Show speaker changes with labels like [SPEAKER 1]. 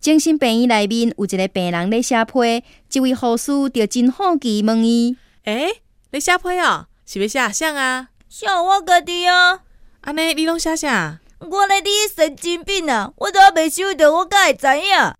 [SPEAKER 1] 精神病院内面有一个病人咧写批，一位护士就真好奇问伊：
[SPEAKER 2] 诶、你写批哦，是要写啥啊？
[SPEAKER 3] 像我家己啊，
[SPEAKER 2] 安尼你拢写啥？
[SPEAKER 3] 我咧你神经病啊！我都还袂想到，我敢会知影。